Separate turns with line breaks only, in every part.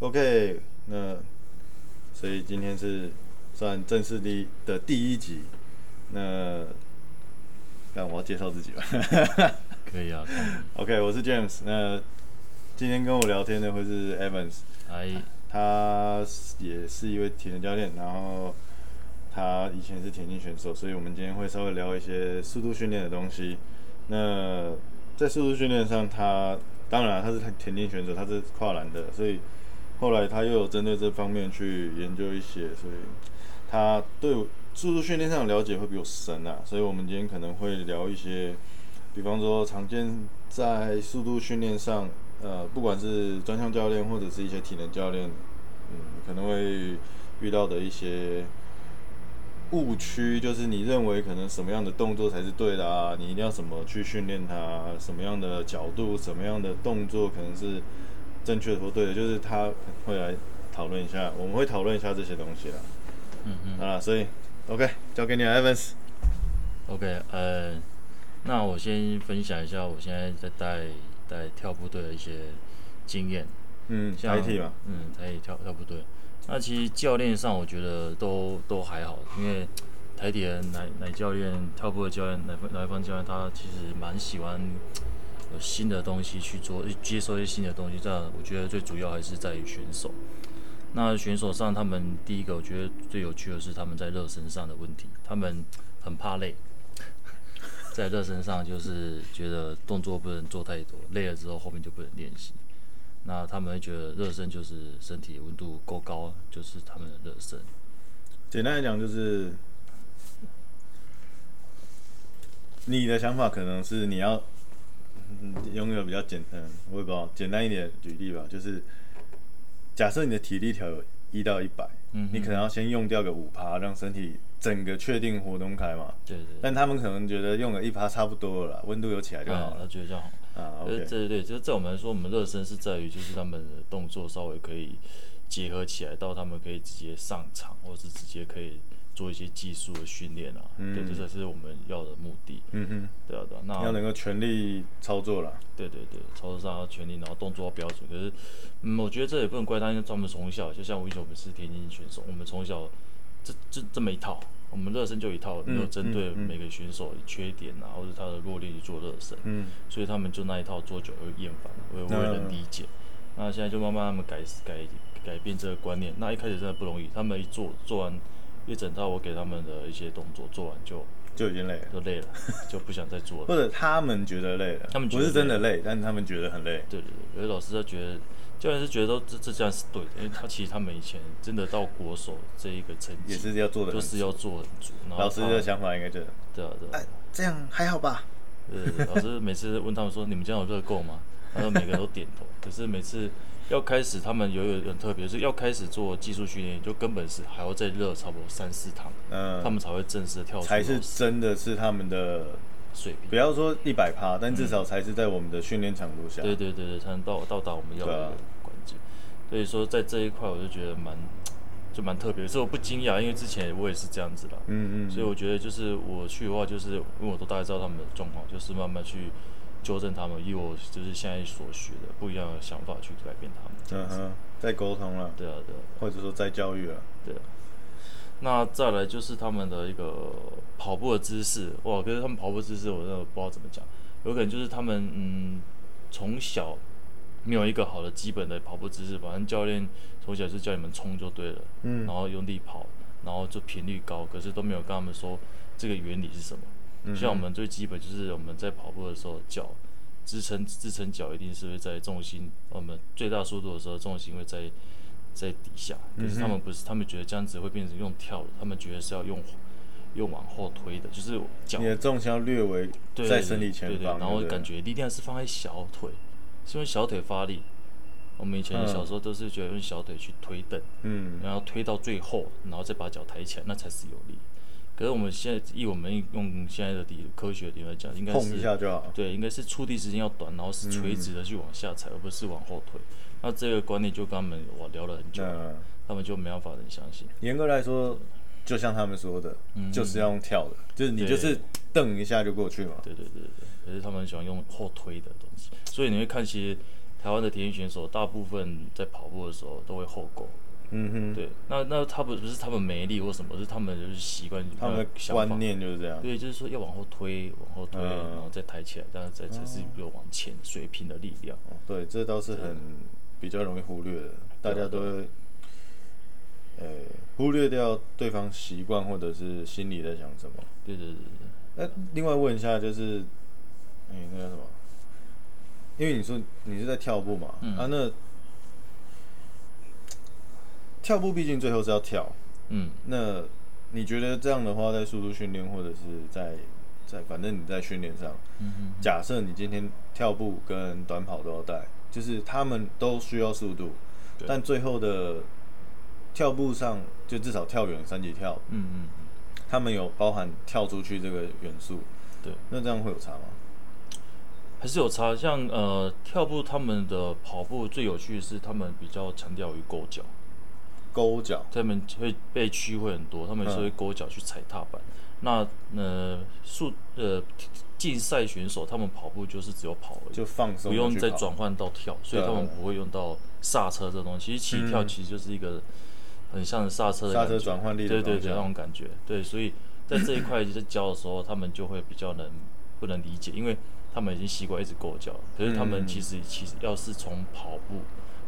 OK，那所以今天是算正式的的第一集。那那我要介绍自己吧。
可以啊，
OK，我是 James。那今天跟我聊天的会是 Evans，
哎，
他也是一位体能教练，然后他以前是田径选手，所以我们今天会稍微聊一些速度训练的东西。那在速度训练上他，当然啊他是田径选手，他是跨栏的，所以后来他又有针对这方面去研究一些，所以他对我速度训练上的了解会比我深啊。所以我们今天可能会聊一些，比方说常见在速度训练上，呃，不管是专项教练或者是一些体能教练，嗯，可能会遇到的一些误区就是你认为可能什么样的动作才是对的啊，你一定要怎么去训练它，什么样的角度、什么样的动作可能是正确的或对的，就是他会来讨论一下，我们会讨论一下这些东西啦。
嗯嗯
啊，所以 OK，交给你了，Evans。
，OK，呃，那我先分享一下我现在在带带跳步队的一些经验，
嗯，
像
代替嘛，
嗯，台体跳跳步队。那其实教练上我觉得都都还好，因为台体的奶奶教练、跳步的教练、奶奶方教练，他其实蛮喜欢有新的东西去做，去接受一些新的东西。这样我觉得最主要还是在于选手。那选手上，他们第一个我觉得最有趣的是他们在热身上的问题，他们很怕累， 在热身上就是觉得动作不能做太多，累了之后后面就不能练习。那他们会觉得热身就是身体温度够高，就是他们的热身。
简单来讲就是，你的想法可能是你要嗯用一个比较简单，我也不知道简单一点举例吧，就是假设你的体力条有一到一百、
嗯哼
你可能要先用掉个五趴，让身体整个确定活动开嘛。
对对对，
但他们可能觉得用了一趴差不多了啦，温度有起来就好了
嗯他、觉得这样好。
啊。
呃
OK，
对对对，就在我们来说，我们热身是在于就是他们的动作稍微可以结合起来，到他们可以直接上场，或是直接可以做一些技术的训练啊。对，这才是我们要的目的。
嗯
对啊对啊，那
哼，要能够全力操作了。
对对对，操作上要全力，然后动作要标准。可是，嗯，我觉得这也不能怪他，因为他们从小就像我以前我们是田径选手，我们从小这这这么一套，我们热身就一套，没有针对每个选手的缺点啊，或者他的弱点去做热身，
嗯，
所以他们就那一套做久了会厌烦，我也我也能理解。那现在就慢慢他们改改改变这个观念。那一开始真的不容易，他们一做做完一整套我给他们的一些动作，做完就
就已经累了。
就累了，就不想再做了
或。者他们觉得累了，
他们觉
不
得
是真的累，但他们觉得很累。
对对对，有些老师他觉得，教练是觉得都这这这样是对的，因为他其实他们以前真的到国手这一个成绩，
也是要做的
就
很
是要做很足。然后
老师
他
的想哎法应该就是，
对啊对啊，
呃这样还好吧？
对对对，老师每次问他们说你们这样有热够吗？然后每个人都点头，可是每次要开始，他们有有很特别，就是要开始做技术训练，就根本是还要再热差不多三四堂，他
嗯，
们才会正式的跳出
才是
老师
真的是他们的，
水平
不。要说一百趴，但至少才是在我们的训练强度下。
嗯对对对对，才能到到达我们要
啊对
的
啊
关键。所以说，在这一块我就觉得蛮就蛮特别，所以我不惊讶，因为之前我也是这样子啦。
嗯嗯
所以我觉得就是我去的话，就是因为我都大概知道他们的状况，就是慢慢去纠正他们，以我就是现在所学的不一样的想法去改变他们。这样
嗯
子
哼，在沟通了，
对啊，对啊，
或者说在教育了。
对啊。那再来就是他们的一个跑步的姿势，哇！可是他们跑步姿势，我真的不知道怎么讲，有可能就是他们嗯从小没有一个好的基本的跑步姿势，反正教练从小就叫你们冲就对了，
嗯
然后用力跑，然后就频率高，可是都没有跟他们说这个原理是什么。像我们最基本就是我们在跑步的时候脚支撑支撑脚一定是会在重心，我们最大速度的时候重心会在在底下，可
嗯
是他们不是，他们觉得这样子会变成用跳的，他们觉得是要用用往后推的，就是脚
你的重心要略微
对
在
对
身体前
对对
方，
然后
对不对
感觉力量是放在小腿，是用小腿发力。我们以前
嗯
小时候都是觉得用小腿去推蹬，
嗯
然后推到最后，然后再把脚抬起来，那才是有力。可是我们现在以我们用现在的理科学理论来讲，应该
碰
是
一下就好。
对，应该是触地时间要短，然后是垂直
嗯
的去往下踩，而不是往后推。那这个观念就跟他们我聊了很久，
嗯，
他们就没办法很相信。
严格来说，就像他们说的，
嗯
就是要用跳的，就是你就是蹬一下就过去嘛。
对对对对，可是他们很喜欢用后推的东西，所以你会看，其实台湾的田径选手大部分在跑步的时候都会后勾，
嗯哼，
对，那那他们不是他们没力或什么，是他们就是习惯
他们的
呃想法
观念就是这样，
对，就是说要往后推，往后推，
嗯
然后再抬起来，这样才才是有往前水平的力量。
哦对，这倒是很比较容易忽略的，大家都会，呃，忽略掉对方习惯或者是心里在想什么。
对对对对，
那另外问一下，就是，哎、那叫什么？因为你说你是在跳步嘛，
嗯
啊，那跳步毕竟最后是要跳，
嗯，
那你觉得这样的话，在速度训练或者是在在反正你在训练上，
嗯哼
假设你今天跳步跟短跑都要带，就是他们都需要速度，
对嗯
但最后的跳步上就至少跳远三级跳，
嗯嗯，
他们有包含跳出去这个元素，
对，
那这样会有差吗？
还是有差。像呃跳步，他们的跑步最有趣的是他们比较强调于勾脚，
勾脚，
他们会被区会很多，他们是会勾脚去踩踏板。那呃速呃竞赛选手他们跑步就是只有跑而已，
就放松，
不用再，转换到跳，所以
对啊
他们
对啊
不会用到刹车这东西。其实起跳
嗯
其实就是一个很像刹车的
刹车
感觉
转换力的啊
对对
方
对，
向
那种感觉。对，所以在这一块在教的时候，他们就会比较能不能理解，因为他们已经习惯一直跺脚了，可是他们
嗯
其实其实要是从跑步。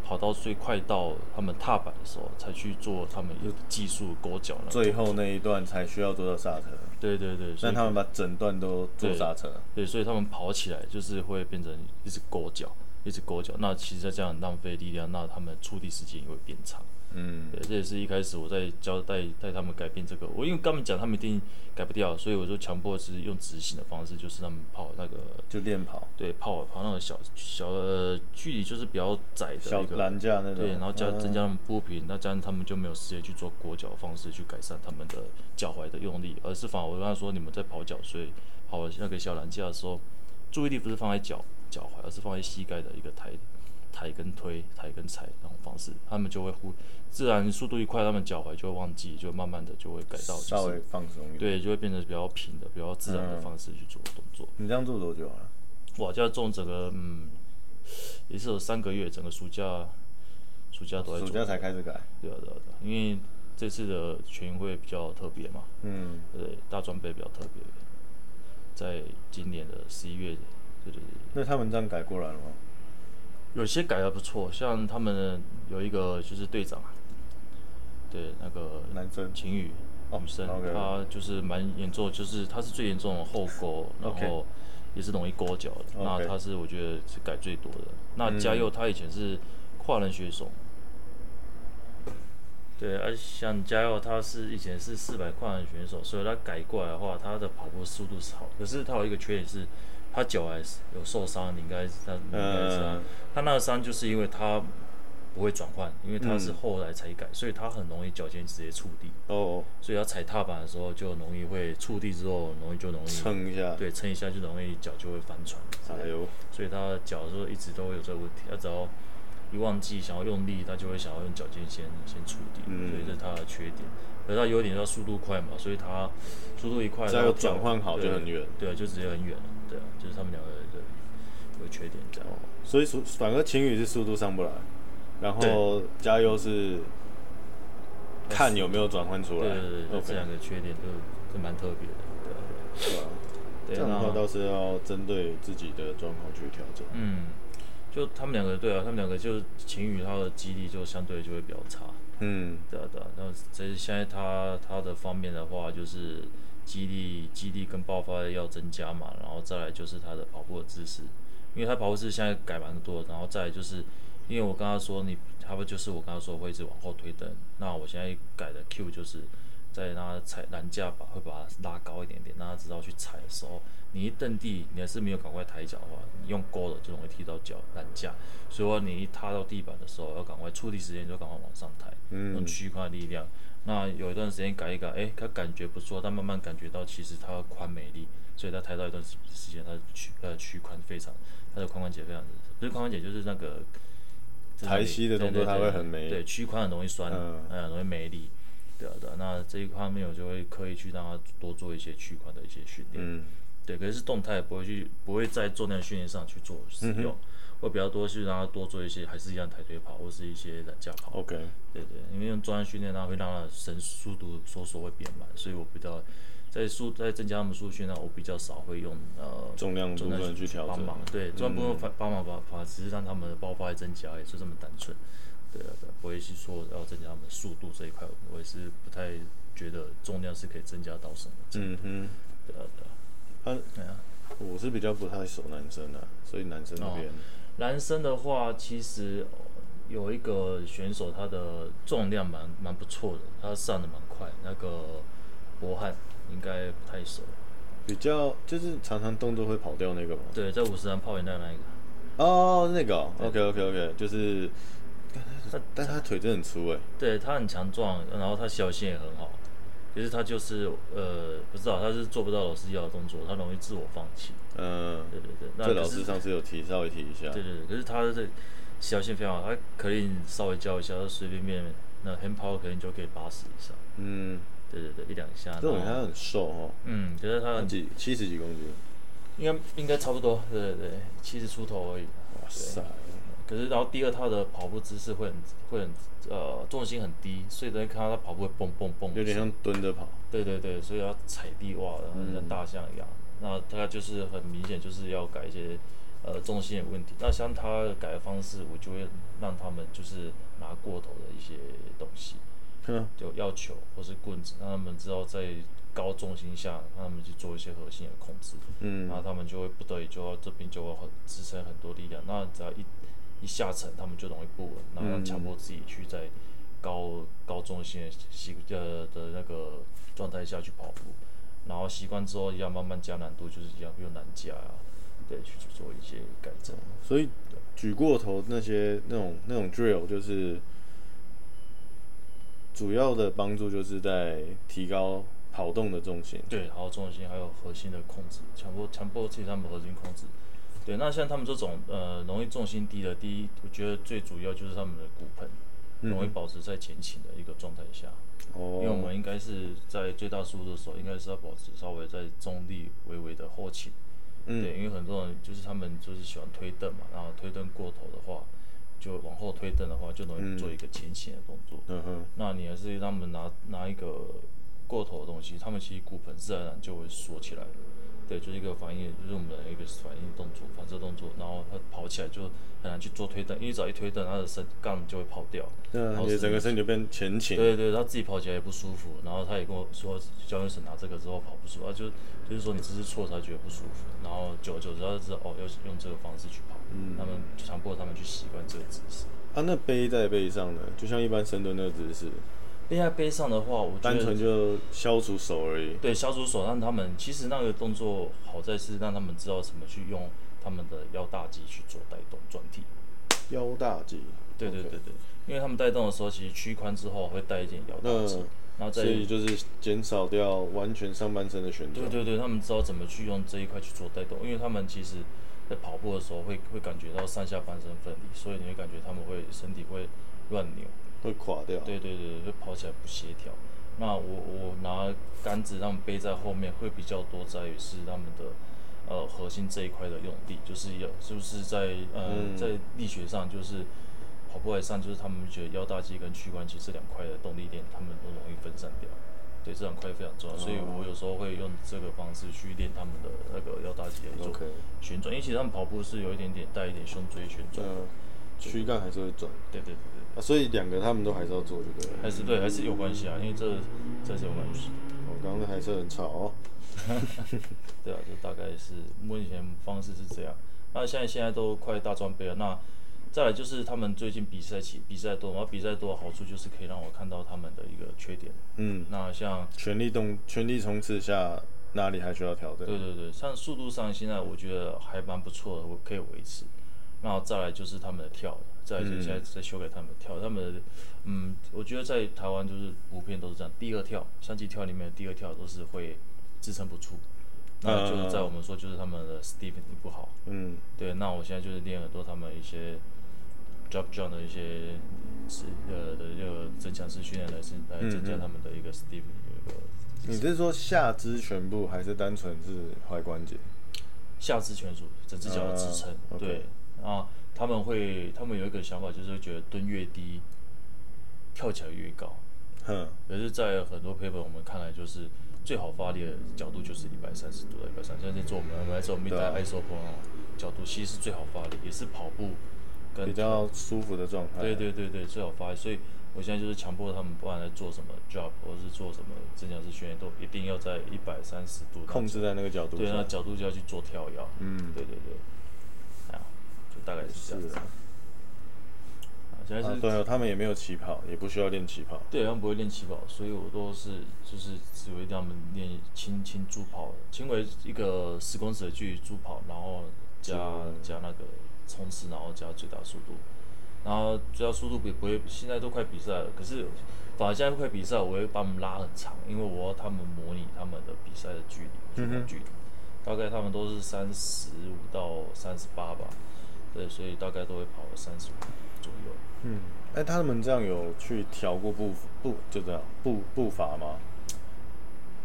跑到最快到他们踏板的时候，才去做他们有技术勾脚了。
最后那一段才需要做到刹车，
对对对，所以
但他们把整段都做刹车，
对，所以他们跑起来就是会变成一直勾脚，一直勾脚。那其实这样很浪费力量，那他们触地时间也会变长。
嗯，
对，这也是一开始我在教带带他们改变这个，我因为跟他们讲，他们一定改不掉，所以我就强迫是用执行的方式，就是让他们跑那个。
就练跑，
对，跑跑那种小小呃距离就是比较窄的
小
一个，
栏架那种，
对，然后加
嗯
增加他们波平，那这样他们就没有时间去做裹脚的方式去改善他们的脚踝的用力，而是反而我跟他说，你们在跑脚，所以跑那个小栏架的时候，注意力不是放在脚脚踝，而是放在膝盖的一个抬抬跟推、抬跟踩那种方式，他们就会忽自然速度一快，他们脚踝就会忘记，就慢慢的就会改到、就是、
稍微放松一点。
对，就会变得比较平的、比较自然的
嗯
方式去做动作。
你这样做多久啊了？
哇，这样种整个嗯，也是有三个月，整个暑假暑假都在
暑
做。
假才开始改。
对啊，对啊，对啊，因为这次的全运会比较特别嘛，
嗯，
对，大装备比较特别，在今年的十一月，对对对，
那他们这样改过来了吗？
有些改的不错，像他们有一个就是队长啊，对，那个
男生
晴雨
哦
女生，
，OK
她就是蛮严重，就是她是最严重的后勾，
OK
然后也是容易勾脚的。那
OK
她是我觉得是改最多的。那嘉佑她以前是跨人选手，对，而像嘉佑她是以前是四百跨人选手，所以她改过来的话，她的跑步速度是好，可是她有一个缺点是。她脚还是有受伤，你应该她你应该知道
嗯，
她那个伤就是因为她不会转换，因为她是
嗯
后来才改，所以她很容易脚尖直接触地。
哦，
所以要踩踏板的时候就容易会触地之后，容易就容易
撑一下。，
对撑一下就容易脚就会翻船，
哎呦，
所以他的脚就一直都会有这个问题。他只要一忘记想要用力，他就会想要用脚尖先先触地，
嗯
所以这是他的缺点。而他优点就是他速度快嘛，所以他速度一快，
只要
然后
有
跳
转换好就很远，
对，对就直接很远了，对啊，就是他们两个的一个缺点这样。
所以暑反而晴雨是速度上不来，然后
对
加油是看有没有转换出
对
来。
对对对，这两
啊 OK，
个缺点就就蛮特别的，
对
对啊
啊这
对啊。对
样的话
那
倒是要针对自己的状况去调整。
嗯，就他们两个对啊，他们两个就是晴雨，他的肌力就相对就会比较差，
嗯，
对啊对啊。那这是现在他他的方面的话，就是肌力肌力跟爆发力要增加嘛，然后再来就是他的跑步的姿势，因为他跑步姿势现在改蛮多的，然后再来就是。因为我跟他说你，他不就是我跟他说会一直往后推蹬，那我现在改的 Q 就是在让他踩栏架把会把它拉高一点点，让他知道去踩的时候，你一蹬地，你还是没有赶快抬脚的话，你用勾的就容易踢到脚栏架，所以说你一踏到地板的时候，要赶快触地时间就赶快往上抬，
嗯
用区块力量。那有一段时间改一改，哎，他感觉不错，但慢慢感觉到其实他髋没力，所以他抬到一段时时间，他的屈呃屈髋非常，他的髋关节非常呃不是髋关节就是那个
抬膝的动作它
他
会很没
对，躯宽很容易酸，
嗯
嗯，容易没力，对啊，对啊。那这一方面我就会刻意去让他多做一些躯宽的一些训练，
嗯，
对。可是动态不会去，不会在重量训练上去做使用。会比较多去让他多做一些，还是一样抬腿跑或是一些懒架跑。
OK，
对对，因为用专案训练，它会让他的神速度收缩会变慢，所以我比较在速在增加他们速训呢，我比较少会用呃
重量部
重量
分去调
帮
整
忙，，对，专门帮帮忙把把，只是让他们的爆发力增加，也是这么单纯。对啊，对啊，不会去说要增加他们速度这一块，我也是不太觉得重量是可以增加到什么。
嗯哼。
对啊，对啊。对啊
我是比较不太熟男生的、啊所以男生那
哦
边、
男生的话，其实有一个选手，他的重量蛮蛮不错的，他上的蛮快。那个博汉应该不太熟，
比较就是常常动作会跑掉那个嘛。
对，在五十岚泡饮料那一个，
哦，那个、哦、OK OK OK，就是，
他
但他腿真的很粗哎、
对他很强壮，然后他小心也很好，可是他就是呃不知道，他是做不到老师要的动作，他容易自我放弃。
嗯、
对对对，那
这
可
老
是
师上次有提稍微提一下，
对对对，可是他的小心非常好，他可以稍微教一下，他随便便那 hand power 可能就可以八十以上。
嗯，
对对对，一两下。
这种
然后
他很瘦哦，
嗯，觉得他
他
很
几七十几公斤，
应该应该差不多，对对对，七十出头而已。
哇塞，
可是然后第二，他的跑步姿势会很会很呃重心很低，所以等于看到他跑步会蹦蹦蹦的声音，
有点像蹲着跑，
对对对，所以要踩地哇，然后像大象一样。那他就是很明显就是要改一些呃重心的问题。那像他改的方式，我就会让他们就是拿过头的一些东西，
哼，
就要球或是棍子，让他们知道在高重心下，让他们去做一些核心的控制。
嗯
然后他们就会不得已就要这边就要很支撑很多力量，那只要一一下沉，他们就容易不稳，然后强迫自己去在高高重心的习呃的那个状态下去跑步，然后习惯之后要慢慢加难度，就是一样用难加啊，对，去做一些改正。
所以举过头那些那种那种 drill 就是主要的帮助就是在提高跑动的重心，
对，还有重心，还有核心的控制，强迫强迫自己他们核心控制。对，那像他们这种呃容易重心低的，第一，我觉得最主要就是他们的骨盆容易保持在前倾的一个状态下，因为我
嗯哦，
们应该是在最大速度的时候，应该是要保持稍微在中力微微的后倾。
嗯，
对，因为很多人就是他们就是喜欢推蹬嘛，然后推蹬过头的话，就往后推蹬的话，就容易做一个前倾的动作。
嗯哼，
那你还是让他们拿拿一个过头的东西，他们其实骨盆自然而然就会缩起来。对，就是一个反应，就是我们的一个反应动作、反射动作，然后他跑起来就很难去做推蹬，因为只要一推蹬，他的身杠就会跑掉。
嗯那你的整个身体就变前倾，
对对，他自己跑起来也不舒服，然后他也跟我说，教练审拿这个之后跑不舒服，啊就就是说你姿势错，他觉得不舒服，然后久而久之他就知道哦，要用这个方式去跑，
嗯
他们强迫他们去习惯这个姿势。
啊，那背在背上呢，就像一般深蹲那个姿势，
另外背上的话，我觉
单
得
纯就消除手而已。
对消除手让他们其实那个动作好在是让他们知道怎么去用他们的腰大肌去做带动转体。
腰大肌，
对对
OK
对对，因为他们带动的时候，其实屈髋之后会带一点腰大肌
嗯，
然后再
所以就是减少掉完全上半身的旋转
对。对对，他们知道怎么去用这一块去做带动，因为他们其实，在跑步的时候会会感觉到上下半身分离，所以你会感觉他们会身体会乱扭，
会垮掉。
对对对，会跑起来不协调。那我我拿杆子让他们背在后面，会比较多在于是他们的呃核心这一块的用力，就是要就是在呃、
嗯
在力学上就是。跑步来上就是他们觉得腰大肌跟屈髋肌这两块的动力点，他们都容易分散掉。对，这两块非常重要，所以
哦
我有时候会用这个方式去练他们的那个腰大肌来做
OK
旋转，因为其实他们跑步是有一点点带一点胸椎旋转。
嗯，躯干还是会转、
对对对
啊，
对。
所以两个他们都还是要做，对不对了？
还是对，还是有关系啊，因为这这是有关系。
我哦刚刚还是很吵哦。
对啊，就大概是目前方式是这样。那现在现在都快大专杯了，那再来就是他们最近比赛起比赛多，然后比赛多的好处就是可以让我看到他们的一个缺点。
嗯，
那像
全力动，全力冲刺下，哪里还需要调整？
对对对，像速度上现在我觉得还蛮不错的，我可以维持。然后再来就是他们的跳，再来就是现在在修改他们的跳，他们的嗯，我觉得在台湾就是普遍都是这样，第二跳、三级跳里面的第二跳都是会支撑不住，那就是在我们说就是他们的 s t e p 不好。
嗯，
对，那我现在就是练很多他们一些 drop j o h n 的一些是呃的这个增强式训练来增来增加他们的一个 s t e p 一个
你是说下肢全部，还是单纯是踝关节？
下肢全属，整只脚的支撑。
啊，OK
对，啊，他们会他们有一个想法，就是会觉得蹲越低，跳起来越高。
哼，
可是，在很多 paper 我们看来，就是最好发力的角度就是一百三十度到一百三，像在做我们我们在做 mid
对啊
iso p o 角度，其实是最好发力，也是跑步跟
比较舒服的状态。啊
对对对对，最好发力。所以我现在就是强迫他们，不管在做什么 job 或是做什么正向式训练，都一定要在一百三十度
控制在那个角度
对，那
上。
角度就要去做跳跃。
嗯，
对对对，啊，就大概是这样
是
子。
的。
啊现在
啊
是
对哦，他们也没有起跑，也不需要练起跑。
对，他们不会练起跑，所以我都是就是只会让他们练轻轻助跑，轻微一个十公尺的距离助跑，然后加加那个冲刺，然后加最大速度，然后最大速度也不会，现在都快比赛了，可是反而现在都快比赛，我会把他们拉很长，因为我要他们模拟他们的比赛的距离，
嗯
助跑距离，大概他们都是三十五到三十八吧，对，所以大概都会跑三十五左右。
嗯，哎、他们这样有去调过步步就这样步步伐吗？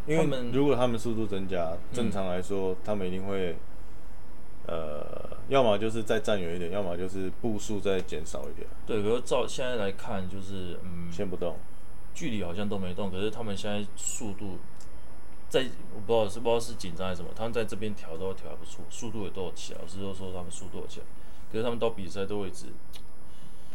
因
他们
为
嗯
如果他们速度增加，正常来说，他们一定会，呃，要么就是再站远一点，要么就是步数再减少一点，
对，可是照现在来看，就是嗯，
先不动。
距离好像都没动，可是他们现在速度在，我不知道是不知道是紧张还是什么，他们在这边调都调还不错，速度也都有起来，老师都说他们速度有起来，可是他们到比赛都会一直，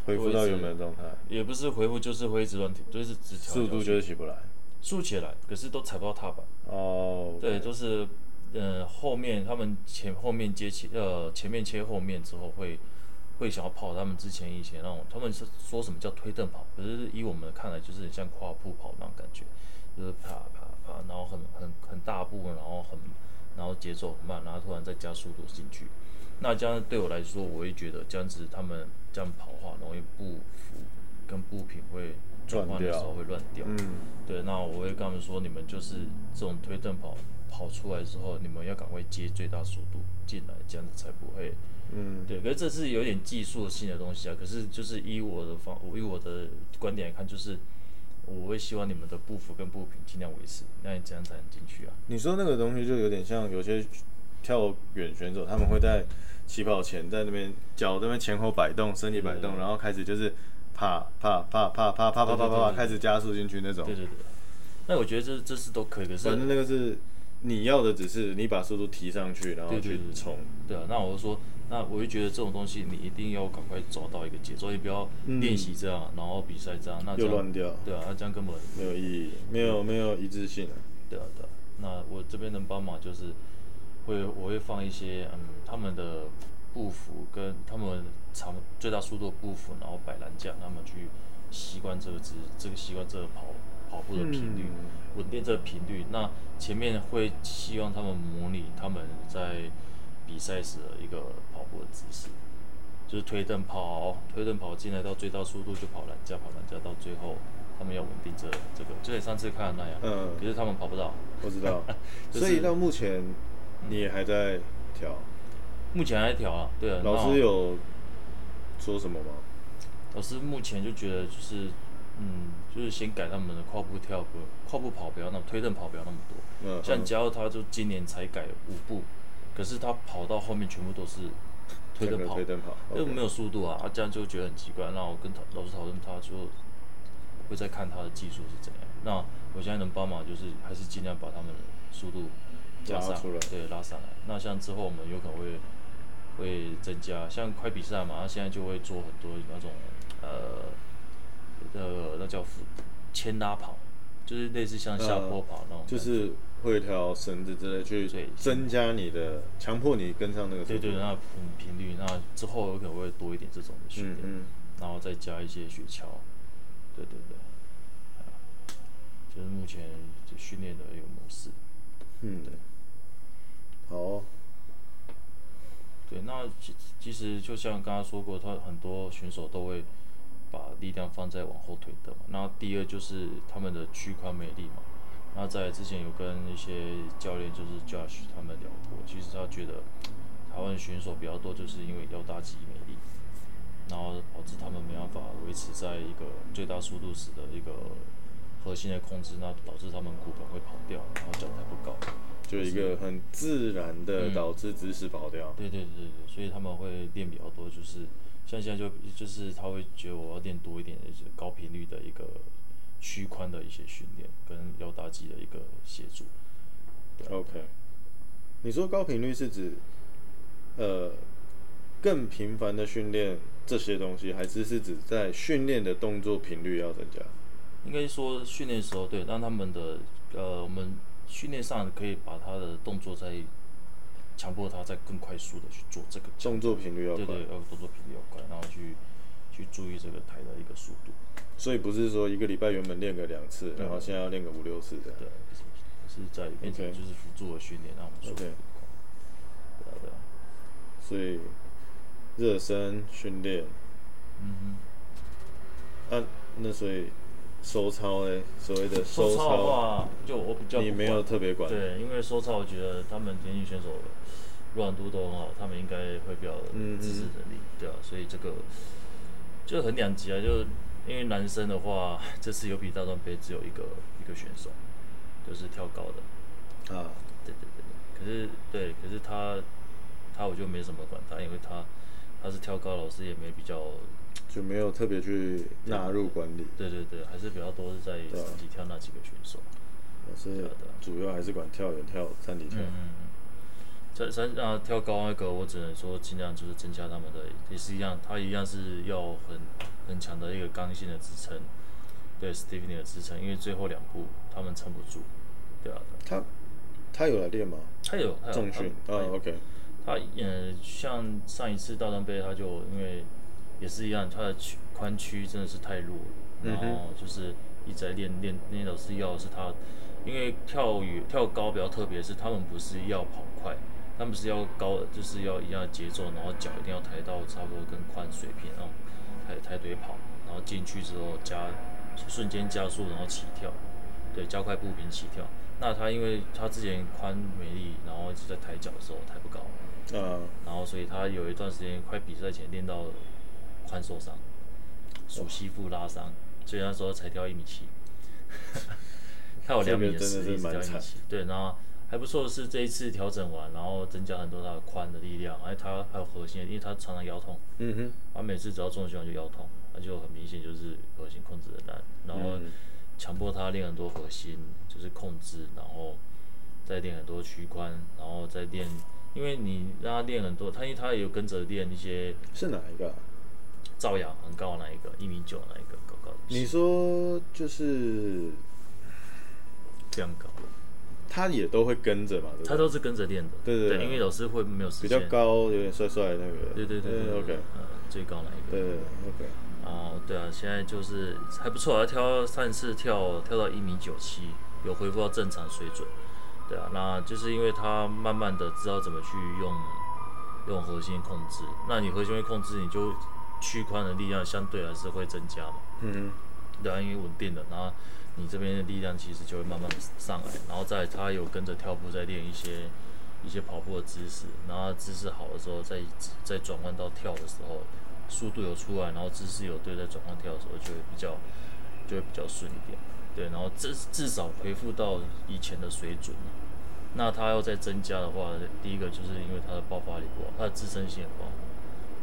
恢复
多一
到
次
原本的状态，
也不是回复就是会一直乱调，就是只调
速度就是起不来。
竖起来，可是都踩不到踏板，
哦，
对，都是呃后面他们前后面接切呃前面切后面之后会。会想要跑他们之前以前那种，他们是说什么叫推蹬跑？可是以我们看来，就是很像跨步跑那种感觉，就是啪啪啪，然后很很很大步，然后很然后节奏很慢，然后突然再加速度进去。那这样对我来说，我会觉得这样子他们这样跑的话，容易步幅跟步频会转换的时候会乱掉。
嗯，
对，那我会跟他们说，你们就是这种推蹬跑跑出来之后，你们要赶快接最大速度进来，这样子才不会。
嗯，
对，可是这是有点技术性的东西啊。可是就是依我的方，我以我的观点来看，就是我会希望你们的步幅跟步频尽量维持，那你这样才能进去啊。
你说那个东西就有点像有些跳远选手，他们会在起跑前在那边脚这边前后摆动，身体摆动，然后开始就是啪啪啪啪啪啪啪啪啪开始加速进去那种
对。对对，那我觉得这这是都可以，可是
反正那个是你要的，只是你把速度提上去，然后
对对
去
对对
冲。
对啊，那我就说，那我就觉得这种东西你一定要赶快找到一个节奏，你不要练习这样，然后比赛这样，那
嗯
这
又
样
乱掉
对啊，那这样根本
没有意义，没有没有一致性啊。
对啊，对啊。那我这边能帮忙就是会我会放一些嗯他们的步幅跟他们长最大速度的步幅，然后摆栏架，让他们去习惯这个姿这个习惯这个跑跑步的频率，稳定这个频率。那前面会希望他们模拟他们在比赛时的一个跑步的姿势。就是推蹬跑，推蹬跑进来到最大速度就跑栏架，跑栏架到最后，他们要稳定这这个，就像上次看的那样。
嗯
可是他们跑不到。
我知道，
就是
所以到目前你也还在调，
目前还在调啊，对啊。
老
那
师有说什么吗？
老师目前就觉得就是，嗯，就是先改他们的跨步跳步、跨步跑不要那么推蹬跑不要那么多。
嗯，
像加奥他就今年才改五步，可是他跑到后面全部都是推
整
蹬
个
跑
推，蹬跑，
又
OK
没有速度啊，啊这样就觉得很奇怪。那我跟讨老师讨论，他就会再看他的技术是怎样。那我现在能帮忙就是还是尽量把他们的速度加
拉
上，
出来
对，拉上来。那像之后我们有可能会会增加，像快比赛嘛，他现在就会做很多那种呃呃那叫牵拉跑，就是类似像下
嗯
坡跑那种感
就
觉、
是会条绳子之类去
对
增加你的，强迫你跟上那个速
对
度。
对，那频频率，那之后有可能会多一点这种的训
嗯
练，
嗯，
然后再加一些雪橇，对对对，啊就是目前就训练的一个模式。
嗯，好哦、
对，那其其实就像刚刚说过，他很多选手都会把力量放在往后推的嘛。那第二就是他们的躯宽没力嘛。那在之前有跟一些教练就是 Josh 他们聊过，其实他觉得台湾选手比较多，就是因为腰大肌没力，然后导致他们没办法维持在一个最大速度时的一个核心的控制，那导致他们骨盆会跑掉，然后脚抬不高。
就一个很自然的导致姿势跑掉。
嗯对对对对对，所以他们会练比较多，就是像现在就就是他会觉得我要练多一点，就是高频率的一个屈髋的一些训练跟腰大肌的一个协助。
OK，你说高频率是指呃更频繁的训练这些东西，还是是指在训练的动作频率要增加？
应该说训练的时候，对，让他们的呃，我们训练上可以把他的动作再强迫他再更快速的去做这个，
动作频率要
对
快，
对，要动作频率要快，然后去去注意这个抬的一个速度，
所以不是说一个礼拜原本练个两次，然后现在要练个五六次这样。
对，是是在变成
OK
就是辅助的训练，让我们速
OK
度更快，对啊对啊，
所以热身训练，
嗯
啊，那所以收操嘞，所谓的
哼，
收
操的话，就我比较
你
不
没
管
有特别管，
对，因为收操，我觉得他们田径选手柔软度都很好，他们应该会比较
嗯嗯
自制能力，对啊，所以这个就很两极啊，就因为男生的话，这次有比大专杯只有一个一个选手，就是跳高的，
啊，
对对对，可是对，可是他他我就没什么管他，因为他他是跳高，老师也没比较，
就没有特别去纳入管理，
对对对，还是比较多是在
对啊
自己跳那几个选手。
所以
对啊对啊
主要还是管跳远、跳三里跳。
嗯，在三啊跳高那个，我只能说尽量就是增加他们的，也是一样，他一样是要很很强的一个刚性的支撑，对 Stephanie 的支撑，因为最后两步他们撑不住，对啊，对啊
他他有来练吗？
他有他有
重训
他
啊
有
，OK，
他嗯、像上一次大专杯，他就因为也是一样，他的区髋区真的是太弱了，
嗯
然
哼
后就是一直在练练练。老师要的是他，因为跳远跳高比较特别，是他们不是要跑快，他们是要高，就是要一样的节奏，然后脚一定要抬到差不多跟髋水平，然后抬抬腿跑，然后进去之后加瞬间加速，然后起跳，对，加快步频起跳。那他因为他之前髋没力，然后一直在抬脚的时候抬不高，
啊，
然后所以他有一段时间快比赛前练到髋受伤，属膝腹拉伤，所以那时候才掉一米七， 他有两米
这个真
实
的
力，
是蛮
掉一米
惨
七。对，然后还不错的是这一次调整完，然后增加很多他的髋的力量，而且他还有核心，因为他常常腰痛，
嗯
他啊每次只要中了循环就腰痛，他就很明显就是核心控制的难，然后
嗯
强迫他练很多核心，就是控制，然后再练很多屈髋，然后再练，因为你让他练很多，他因为他也有跟着练一些
哼，是哪一个啊？
造氧很高的那一个，一米九那一个高高的，
你说就是
非常高，
他也都会跟着嘛，对不对
他都是跟着练的，
对对
对
对
因为老师会没有
比
时
较
间，
高，有点帅帅的那个。
对对对对对
嗯，OK，
嗯最高那一个，
对对对 OK，
哦，对啊，现在就是还不错啊，跳上一次跳跳到一米九七，有恢复到正常水准。对啊，那就是因为他慢慢的知道怎么去用用核心控制，那你核心会控制，你就屈髋的力量相对还是会增加嘛。
嗯
对啊，因为稳定的，然后你这边的力量其实就会慢慢地上来，然后再他有跟着跳步在练一些一些跑步的姿势，然后姿势好的时候再再转换到跳的时候，速度有出来，然后姿势有对，再转换跳的时候就会比较就会比较顺一点，对，然后至至少恢复到以前的水准了。那他要再增加的话，第一个就是因为他的爆发力不好，他的支撑性也不好，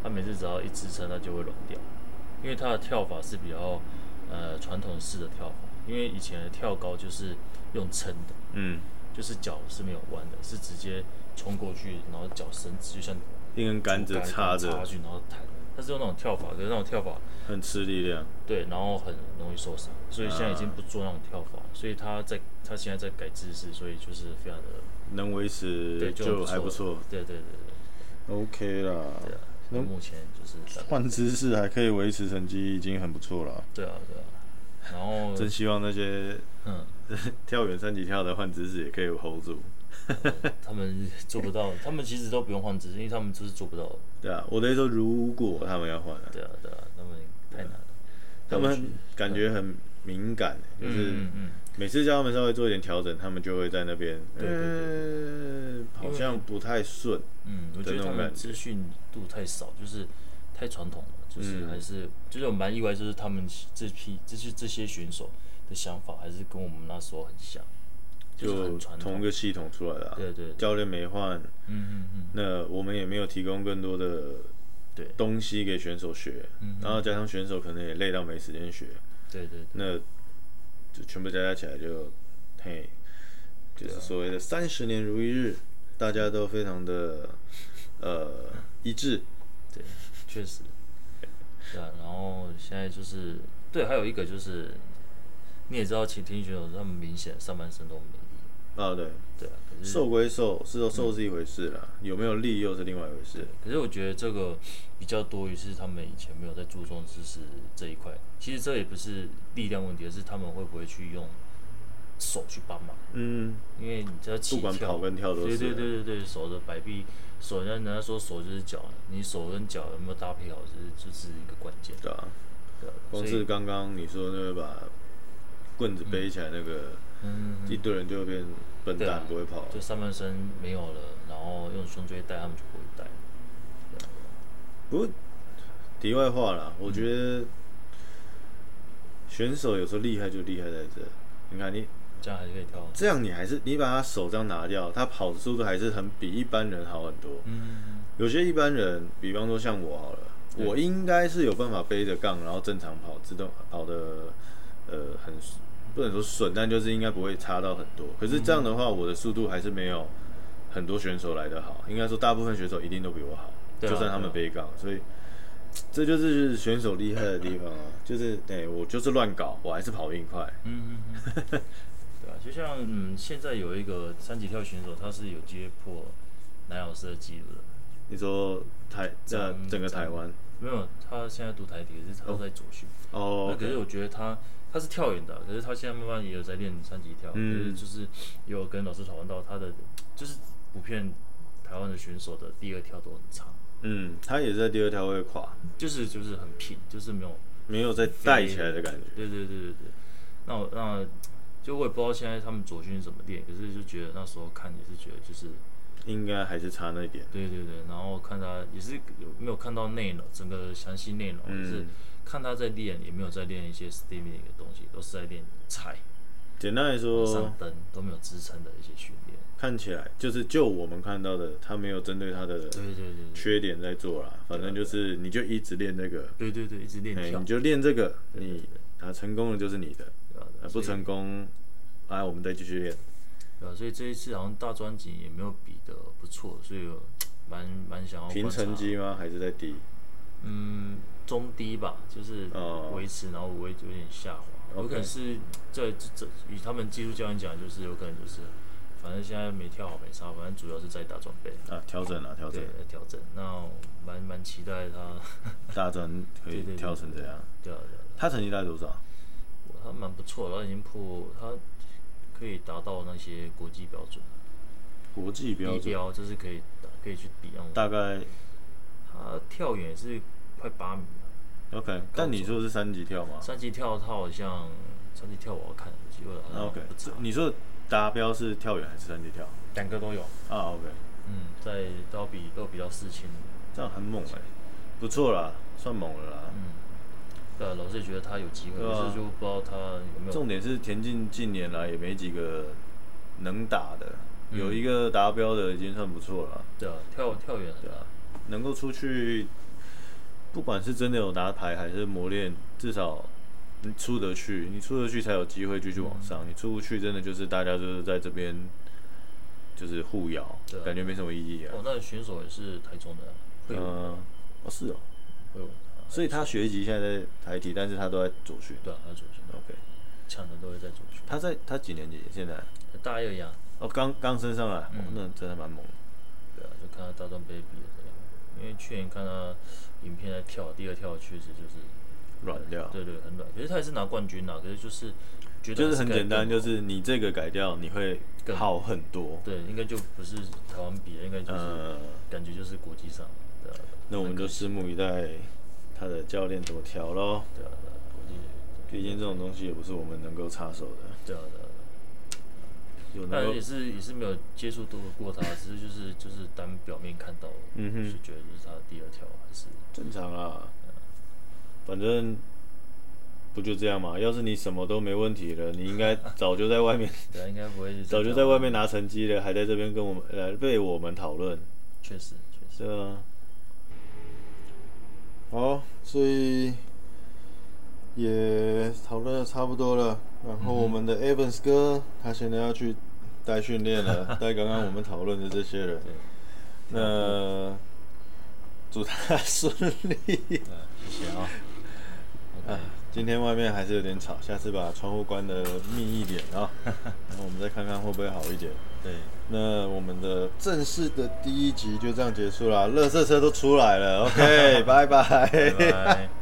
他每次只要一支撑，他就会软掉。因为他的跳法是比较呃传统式的跳法，因为以前的跳高就是用撑的，
嗯，
就是脚是没有弯的，是直接冲过去，然后脚伸直，就像
一根杆子
杆子
插着
插，去，然后弹。但是用那种跳法，可是那种跳法
很吃力量。
对，然后很容易受伤，所以现在已经不做那种跳法，所以他在他现在在改姿势，所以就是非常的
能维持
对
就还不错。
对对对对
OK 啦，
对啊，
能
目前就是大概
换姿势还可以维持成绩，已经很不错了。
对啊对啊，然后
真希望那些
嗯。
跳远三级跳的换姿势也可以 hold 住。
他们做不到，他们其实都不用换姿势，因为他们就是做不到。
对啊，我的意思说，如果他们要换啊，
对啊，对啊，他们太难了。
他们感觉很敏感，欸就
嗯
是
嗯嗯，
每次叫他们稍微做一点调整，他们就会在那边，
对对
呃，好像不太顺。
嗯，我觉
的
得
那
他
种
们
感觉
资讯度太少，就是太传统了，就是
嗯
还是、就是我蛮意外，就是他们这批就是这些选手的想法还是跟我们那时候很像。就是
就
很传
同
统
一。个系统出来的、啊。
对对对
教练没换，
嗯嗯嗯，
那我们也没有提供更多的
对
东西给选手学，
嗯
然后加上选手可能也累到没时间学，
对对
那就全部加加起来就，嘿，就是所
啊
谓的三十年如一日，大家都非常的呃一致，
对，确实。对啊，然后现在就是对，还有一个就是，你也知道，其实田径选手他们明显上半身都没力，
啊对，
对啊，可是
瘦归瘦，是瘦是一回事啦，
嗯
有没有力又是另外一回事。
可是我觉得这个比较多于是他们以前没有在注重知识这一块。其实这也不是力量问题，而是他们会不会去用手去帮忙。
嗯，
因为你只要起
不管
跳
跑跟跳都是啊
对对对对对，手的摆臂，手人家人家说手就是脚，你手跟脚有没有搭配好，就是就是一个关键。
对啊，
对啊，
光
所
是
以
刚刚你说那个把棍子背起来那个，
嗯，
一堆人就会变笨
对啊
蛋，不会跑。
就上半身没有了，然后用胸椎带，他们就不会带。
不过题外话啦，我觉得选手有时候厉害就厉害在这。你看你
这样还是可以跳。
这样，你还是你把他手这样拿掉，他跑的速度还是很比一般人好很多。
嗯，
有些一般人，比方说像我好了，
对
我应该是有办法背着杠，然后正常跑，自动跑的呃很不能说顺，但就是应该不会差到很多。可是这样的
嗯
话，我的速度还是没有很多选手来的好。应该说，大部分选手一定都比我好，
对啊
就算他们背杠，所以。这就是选手厉害的地方 啊，就是对、我就是乱搞，我还是跑得硬快。
嗯嗯嗯，对啊，就像嗯，现在有一个三级跳选手，他是有接破南老师的记录的。
你说台这
张
整个台湾
没有，他现在读台体，可是他都在走训。那
哦，
可是我觉得他他是跳远的，可是他现在慢慢也有在练三级跳，
嗯
可是就是也有跟老师讨论到他的，就是普遍台湾的选手的第二跳都很长，
嗯，他也在第二条会垮，
就是就是很平，就是没有
没有再带起来的感觉。
对对对对对，那我那就我也不知道现在他们左训怎么练，可是就觉得那时候看也是觉得就是
应该还是差那一点。
对对对，然后看他也是有没有看到内容，整个详细内容，
嗯
就是看他在练，也没有在练一些 steaming 的东西，都是在练踩、
简单来
上
说，
蹬，都没有支撑的一些训练。
看起来就是就我们看到的，他没有针对他的
对对对对
缺点在做啦。反正就是你就一直练这个，
对对对，一直练
哎，
跳
你，就练这个，你啊成功了就是你的，
对啊对
啊
啊
不
所以
成功，哎我们再继续练。
对啊，所以这一次好像大专辑也没有比的不错，所以我蛮蛮想要
凭
观察
成绩吗？还是在低？
嗯，中低吧，就是
哦
维持，然后维有点下滑。有
OK
可能是这这这与他们技术教练讲，就是有可能就是，反正现在没跳好没差，反正主要是在打装备，
啊，调整啊，调整
对，，在调整。那我蛮蛮期待他，
大专可以
对对对
调成这样。
对啊对啊，
他成绩大概多少？
我他蛮不错的，他已经破，他可以达到那些国际标准，
国际标
地
准
标就是可以打可以去比那种。
大概
他跳远也是快八米了。
OK，但你说是三级跳吗
三级跳他好像三级跳我要看，我记得好像
啊？OK，
不差
这你说的达标是跳远还是三级跳？
两个都有。
啊，OK，
嗯，在都比都比较四千，
这样很猛哎、不错啦，算猛了啦。
嗯，对啊，老师也觉得他有机会，
对啊
可是就不知道他有没有。
重点是田径近年来也没几个能打的，
嗯
有一个达标的已经算不错了啦，
对啊，跳跳远很难。
能够出去，不管是真的有拿牌还是磨练，至少你出得去，你出得去才有机会继续往
嗯
上，你出不去真的就是大家就是在这边就是互咬
对啊，
感觉没什么意义啊
哦，。那选手也是台中的，啊会
嗯、
有
哦是哦，
会有，
所以他学籍现在在台体，但是他都在左训。
对啊，他主选
OK，
抢的都会在主选，
哦他在他几年级？现在？
大一而已啊，
哦，刚刚升上来，哦
嗯
那真的蛮猛的。
对啊，就看他大专杯比的怎样。因为去年看他影片在跳，第二跳确实就是，
软掉，
对对，很软。可是他也是拿冠军啦，可是就是觉得
哦就是
还
很
可以
简单，
更
就
好
是你这个改掉，你会
更
好很多。
对，应该就不是台湾比的，应该就是、
呃，
感觉就是国际上，对啊，
那我们就拭目以待他的教练怎么调咯。
对啊，对啊国际，
毕竟这种东西也不是我们能够插手的，
对啊，对啊。
有能
但
够
也是也是没有接触多过他，只是就是就是单表面看到，
嗯哼
是觉得就是他的第二条还是
正常啦。反正不就这样嘛？要是你什么都没问题了，你应该早就在外面，
对啊，应该不会是
早就在外面拿成绩了，还在这边跟我们来被我们讨论，
确实确
是
实，
啊。好，所以也讨论的差不多了。然后我们的 Evans 哥，他现在要去带训练了， 带刚刚我们讨论的这些人。那祝他顺利。
对啊，谢谢啊。OK，、
啊，今天外面还是有点吵，下次把窗户关的密一点 啊，然后我们再看看会不会好一点。
对，
那我们的正式的第一集就这样结束啦，垃圾车都出来了，OK，拜拜。
拜拜。